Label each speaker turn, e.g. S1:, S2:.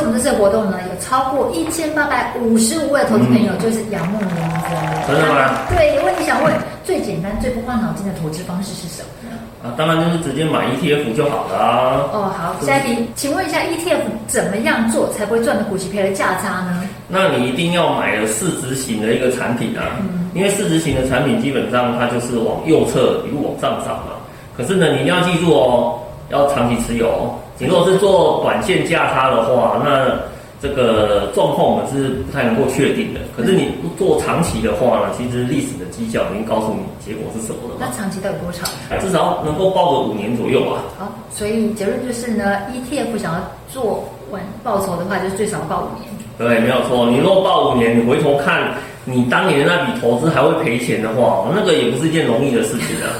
S1: 我们这次活动呢，有超过一千八百五十五位投资朋友就是仰慕林哥。
S2: 嗯真的吗？
S1: 对，问你想问最简单、最不花脑筋的投资方式是什么？
S2: 啊，当然就是直接买 ETF 就好了啊。
S1: 哦，好，下一题，请问一下 ETF 怎么样做才不会赚的股息赔了价差呢？
S2: 那你一定要买了市值型的一个产品啊，因为市值型的产品基本上它就是往右侧一路往上涨嘛。可是呢，你一定要记住哦，要长期持有哦。你如果是做短线价差的话，那这个状况我们是不太能够确定的。可是你做长期的话呢，其实历史的绩效已经告诉你结果是什么了
S1: 那
S2: 嘛，哎
S1: 长期到底多长？
S2: 至少能够报个五年左右啊。
S1: 好，所以结论就是呢，ETF 想要做完报酬的话，就是最少报五年。
S2: 对，没有错。你若报五年，你回头看你当年的那笔投资还会赔钱的话，那个也不是一件容易的事情啊。